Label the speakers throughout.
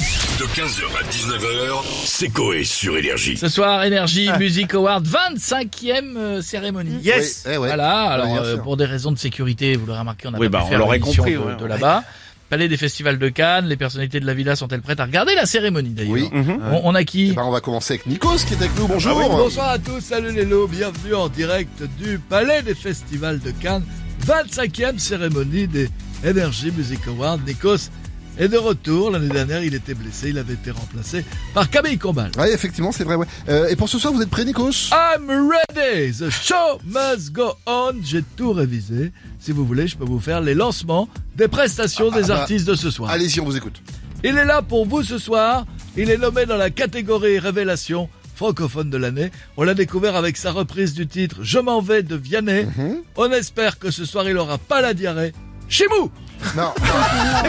Speaker 1: De 15h à 19h, c'est Coé sur Énergie.
Speaker 2: Ce soir, Énergie
Speaker 3: Ah.
Speaker 2: Music Award, 25e euh, cérémonie.
Speaker 4: Yes
Speaker 3: Eh ouais.
Speaker 2: Voilà, alors
Speaker 3: bien
Speaker 2: euh,
Speaker 3: sûr.
Speaker 2: pour des raisons de sécurité, vous l'aurez remarqué, on a
Speaker 4: Oui, bah,
Speaker 2: pas pu
Speaker 4: on
Speaker 2: faire
Speaker 4: l'aurait
Speaker 2: l'émission
Speaker 4: compris,
Speaker 2: de,
Speaker 4: ouais,
Speaker 2: de
Speaker 4: ouais.
Speaker 2: là-bas. Palais des festivals de Cannes, les personnalités de la villa sont-elles prêtes à regarder la cérémonie d'ailleurs
Speaker 3: Oui.
Speaker 2: on, on a qui
Speaker 3: Eh ben, on va commencer avec Nikos qui est avec nous. Bonjour.
Speaker 5: Ah oui, bonsoir à tous, salut les lots, bienvenue en direct du Palais des Festivals de Cannes, 25e cérémonie des Energy Music Awards. Nikos est de retour, l'année dernière il était blessé, il avait été remplacé par Camille Combal.
Speaker 3: Ouais, effectivement, c'est vrai. Ouais. Euh, et pour ce soir, vous êtes prêts, Nikos
Speaker 5: I'm ready, the show must go on, j'ai tout révisé. Si vous voulez, je peux vous faire les lancements des prestations
Speaker 3: Ah,
Speaker 5: des
Speaker 3: bah,
Speaker 5: artistes de ce soir.
Speaker 3: Allez-y, on vous écoute.
Speaker 5: Il est là pour vous ce soir. Il est nommé dans la catégorie Révélation francophone de l'année. On l'a découvert avec sa reprise du titre Je m'en vais de Vianney.
Speaker 3: Mhm.
Speaker 5: On espère que ce soir il aura pas la diarrhée. Chimou
Speaker 3: Non.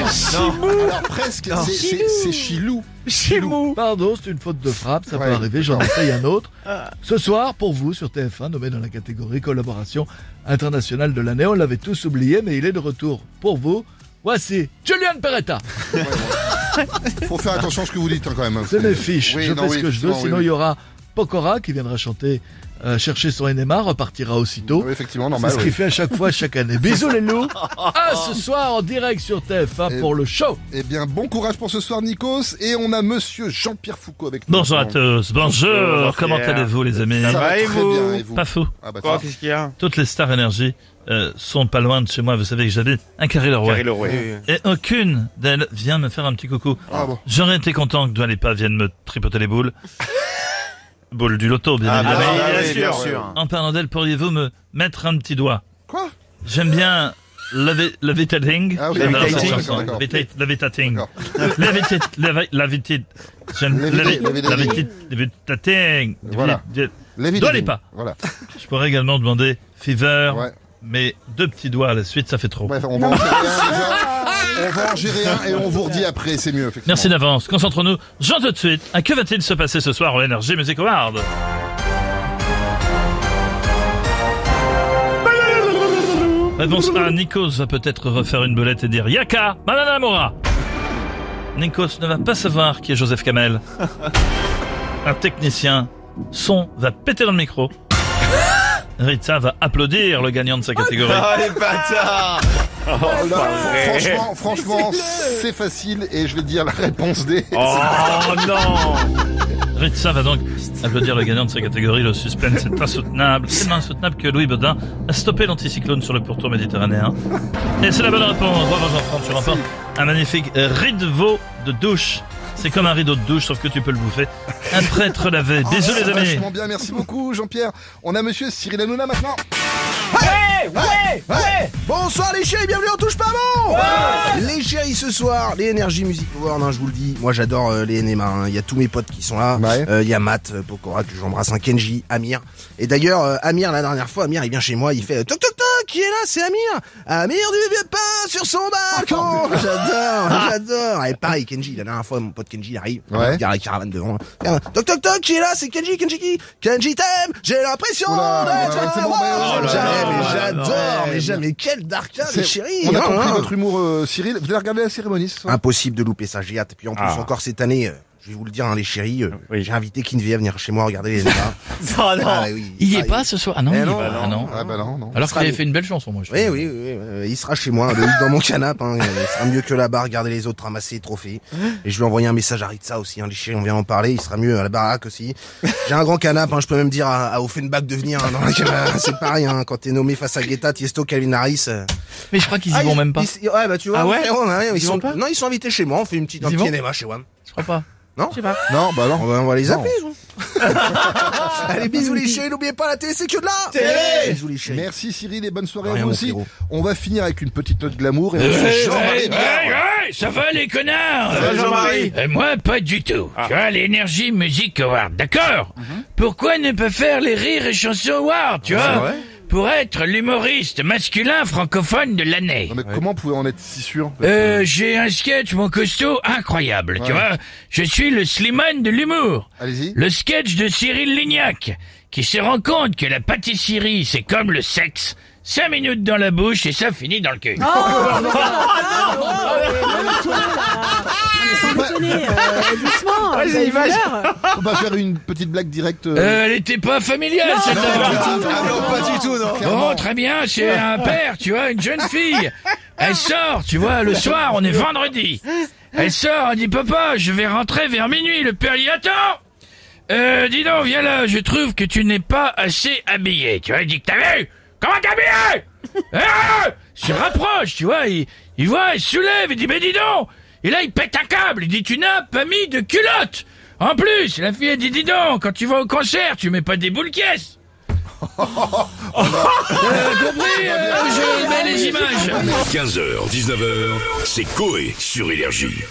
Speaker 3: Chimou. Alors presque. c'est- C'est c'est Chilou.
Speaker 4: Chimou
Speaker 5: Pardon, c'est une faute de frappe, ça
Speaker 3: Ouais. Ah.
Speaker 5: peut arriver, j'en essaye un autre. Ce soir, pour vous, sur TF1, nommé dans la catégorie Collaboration internationale de l'année, on l'avait tous oublié, mais il est de retour pour vous. Voici Julian Peretta.
Speaker 3: Faut faire attention à ce que vous dites hein, quand même.
Speaker 5: C'est mes fiches.
Speaker 3: Oui,
Speaker 5: je
Speaker 3: non,
Speaker 5: fais
Speaker 3: oui,
Speaker 5: ce que je veux.
Speaker 3: effectivement, oui,
Speaker 5: Sinon,
Speaker 3: oui.
Speaker 5: il y aura Pokora qui viendra chanter, euh, chercher son NMA, repartira aussitôt.
Speaker 3: Oui, effectivement,
Speaker 5: C'est
Speaker 3: normal.
Speaker 5: ce
Speaker 3: ouais.
Speaker 5: qu'il fait à chaque fois, chaque année. Bisous les loups. À ce soir en direct sur TF1
Speaker 3: Et-
Speaker 5: pour le show.
Speaker 3: Eh bien, bon courage pour ce soir, Nikos. Et on a Monsieur Jean-Pierre Foucault avec nous.
Speaker 6: Bonjour à tous, bonjour,
Speaker 4: Bonjour,
Speaker 6: comment
Speaker 4: Pierre.
Speaker 6: allez-vous les amis
Speaker 3: Ça
Speaker 4: va,
Speaker 3: va
Speaker 4: et
Speaker 3: très
Speaker 4: vous
Speaker 3: bien, et vous
Speaker 6: Pas fou,
Speaker 3: Ah bah,
Speaker 4: Quoi,
Speaker 3: ça
Speaker 4: qu'est-ce qu'il y a
Speaker 6: toutes les stars énergie euh, sont pas loin de chez moi, vous savez que j'habite un carré le roi.
Speaker 4: Carré Leroy.
Speaker 6: Et aucune d'elles vient me faire un petit coucou.
Speaker 3: Ah bon.
Speaker 6: J'aurais été content que Dua pas vienne me tripoter les boules. Boules du loto bien
Speaker 4: Ah, bah,
Speaker 6: évidemment.
Speaker 4: oui,
Speaker 3: oui,
Speaker 4: bien
Speaker 3: bien
Speaker 4: sûr.
Speaker 6: En parlant d'elle, pourriez-vous me mettre un petit doigt
Speaker 3: Quoi
Speaker 6: J'aime bien la vé- la Vitating.
Speaker 3: Ah oui,
Speaker 6: J'adore
Speaker 4: la
Speaker 6: cette
Speaker 4: Vitating,
Speaker 6: chanson.
Speaker 3: d'accord, d'accord.
Speaker 6: Vita- La Vitating.
Speaker 3: D'accord.
Speaker 6: La Vitating. La Vitating. J'aime
Speaker 3: La
Speaker 6: la
Speaker 3: Vita- la
Speaker 6: Vitating. La
Speaker 3: Vitating.
Speaker 6: Vitating.
Speaker 3: Voilà. Lévi
Speaker 6: Dois
Speaker 3: Lévi.
Speaker 6: les pas.
Speaker 3: Voilà.
Speaker 6: Je pourrais également demander Fever.
Speaker 3: Ouais.
Speaker 6: Mais deux petits doigts à la suite, ça fait trop.
Speaker 3: Bref, on va en gérer un déjà. On va en gérer un et on vous redit après, c'est mieux. effectivement.
Speaker 6: Merci d'avance. Concentrons-nous. Jean tout de suite. À que va-t-il se passer ce soir au NRJ Music Award Réponse A. Nikos va peut-être refaire une belette et dire Yaka, Manana Mora. Nikos ne va pas savoir qui est Joseph Kamel. Un technicien son va péter dans le micro. Rita va applaudir le gagnant de sa catégorie.
Speaker 4: Ah, les bâtards
Speaker 3: Oh là,
Speaker 4: vrai.
Speaker 3: franchement, franchement, c'est facile et je vais dire la réponse des.
Speaker 4: Oh non
Speaker 6: Ritza va donc applaudir le gagnant de sa catégorie. Le suspense est insoutenable. Tellement insoutenable que Louis Baudin a stoppé l'anticyclone sur le pourtour méditerranéen. Et c'est la bonne réponse. Bravo Jean-François, tu remportes un magnifique rideau de douche. C'est comme un rideau de douche, sauf que tu peux le bouffer. Un prêtre lavé.
Speaker 3: Ah,
Speaker 6: Désolé
Speaker 3: c'est
Speaker 6: les amis.
Speaker 3: Vachement bien, merci beaucoup Jean-Pierre. On a monsieur Cyril Hanouna maintenant.
Speaker 7: Bonsoir les chéris, bienvenue en touche pas bon Les chéris ce soir, les énergies Music Award, hein, je vous le dis, moi j'adore euh, les NMA, hein. il y a tous mes potes qui sont là,
Speaker 3: Ouais.
Speaker 7: Euh, il y a Matt, euh, Pokora, que j'embrasse, un Kenji, Amir, et d'ailleurs euh, Amir la dernière fois, Amir il vient chez moi, il fait euh, toc toc toc, qui est là, c'est Amir Amir du vieux pain sur son
Speaker 3: Ah,
Speaker 7: balcon J'adore, j'adore Et pareil Kenji, la dernière fois mon pote Kenji il arrive,
Speaker 3: Ouais.
Speaker 7: il y a la caravane devant, là. toc toc toc, qui est là, c'est Kenji, Kenji qui Kenji t'aime, j'ai l'impression
Speaker 3: Oula,
Speaker 7: d'être
Speaker 3: ouais, c'est bon, mais,
Speaker 7: un
Speaker 3: oh
Speaker 7: roi.
Speaker 3: là
Speaker 7: J'arrive,
Speaker 3: là,
Speaker 7: mais
Speaker 3: oh là là.
Speaker 7: J'adore,
Speaker 3: Ouais.
Speaker 7: mais j'aime, mais quel darka,
Speaker 3: C'est-
Speaker 7: mais chérie
Speaker 3: on a
Speaker 7: hein,
Speaker 3: compris
Speaker 7: hein.
Speaker 3: votre humour euh, Cyril. Vous avez regardé la cérémonie ce soir
Speaker 7: Impossible de louper ça, j'ai hâte. Et puis en plus,
Speaker 4: Ah.
Speaker 7: encore cette année, euh, je vais vous le dire, hein, les chéris, euh,
Speaker 4: Oui.
Speaker 7: j'ai invité Kinvey à venir chez moi regarder les débats.
Speaker 4: Oh
Speaker 7: Ah,
Speaker 4: non
Speaker 7: bah oui.
Speaker 2: Il y est
Speaker 7: Ah,
Speaker 2: pas ce soir Ah non,
Speaker 7: Eh
Speaker 2: il y est
Speaker 7: non,
Speaker 2: pas.
Speaker 7: bah
Speaker 2: Ah non.
Speaker 3: Ah bah non, non.
Speaker 2: Alors
Speaker 7: Ce
Speaker 2: qu'il
Speaker 7: sera
Speaker 2: avait
Speaker 7: lui.
Speaker 2: fait une belle chanson, moi. Je
Speaker 7: Oui,
Speaker 2: trouve.
Speaker 7: oui, oui, oui, euh, il sera chez moi, le lit dans mon canapé, hein, il sera mieux que là-bas, regarder les autres ramasser les trophées. Et je lui ai envoyé un message à Ritza aussi, hein, les chéris, on vient en parler, il sera mieux à la baraque aussi. J'ai un grand canapé, hein, je peux même dire à, à Offenbach de venir, hein, dans la canapé, c'est pareil, hein, quand t'es nommé face à Guetta, Tiesto, Calvin Harris. euh,
Speaker 2: Mais je crois qu'ils y
Speaker 7: Ah,
Speaker 2: vont
Speaker 7: ils-
Speaker 2: même pas.
Speaker 7: ils- ouais, bah tu vois,
Speaker 2: Ah ouais
Speaker 7: frérot, hein, ils,
Speaker 2: Ils y
Speaker 7: sont,
Speaker 2: vont pas
Speaker 7: non, ils sont invités chez moi, on fait une petite, un
Speaker 2: Ils y
Speaker 7: petit
Speaker 2: vont
Speaker 7: NMA chez moi.
Speaker 2: Je crois pas.
Speaker 7: Non
Speaker 2: Je sais pas.
Speaker 3: Non, bah
Speaker 7: On
Speaker 3: non.
Speaker 7: va, on va les
Speaker 3: Non.
Speaker 7: appeler, ils ont. Allez, bisous les chéris, n'oubliez pas la télé, c'est que de là Bisous les chéris.
Speaker 3: Merci Cyril et bonne soirée à
Speaker 7: Rien,
Speaker 3: vous
Speaker 7: mon
Speaker 3: aussi.
Speaker 7: frérot.
Speaker 3: On va finir avec une petite note glamour et monsieur Jean-Marie
Speaker 2: eh,
Speaker 3: Bigard.
Speaker 2: ça va les connards
Speaker 3: Salut, Eh, Jean-Marie.
Speaker 2: Euh, moi, pas du tout. Tu vois, l'énergie Music Award, d'accord Pourquoi ne pas faire les rires et chansons Award, tu vois Pour être l'humoriste masculin francophone de l'année.
Speaker 3: Non, mais comment pouvez on être si sûr
Speaker 2: Euh, j'ai un sketch, mon costaud, incroyable,
Speaker 3: Ouais.
Speaker 2: tu vois Je suis le Slimane de l'humour.
Speaker 3: Allez-y.
Speaker 2: Le sketch de Cyril Lignac, qui se rend compte que la pâtisserie, c'est comme le sexe. Cinq minutes dans la bouche et ça finit dans le cul.
Speaker 3: Bah,
Speaker 8: venez, euh, doucement.
Speaker 4: Vas-y,
Speaker 8: vous avez vu
Speaker 4: vas-y.
Speaker 8: l'heure
Speaker 3: Faut pas faire une petite blague directe. euh,
Speaker 2: Euh, elle était pas familiale,
Speaker 8: Non,
Speaker 2: celle-là.
Speaker 8: non, non, non,
Speaker 4: Ah non, pas du tout, non.
Speaker 2: Bon, Oh, très bien, c'est un père, tu vois, une jeune fille. Elle sort, tu vois, le soir, on est vendredi. Elle sort, elle dit, papa, je vais rentrer vers minuit. Le père dit, attends! Euh, dis donc, viens là, je trouve que tu n'es pas assez habillé. Tu vois, il dit que t'as vu? Comment t'es habillé? Ah se rapproche, tu vois, il, il voit, il soulève, il dit, mais dis donc! Et là, il pète un câble, il dit, tu n'as pas mis de culotte! En plus, la fille, elle dit, dis donc, quand tu vas au concert, tu mets pas des boules caisses! T'as compris euh, Je mets les images.
Speaker 1: 15h, 19h, c'est Coé sur Énergie.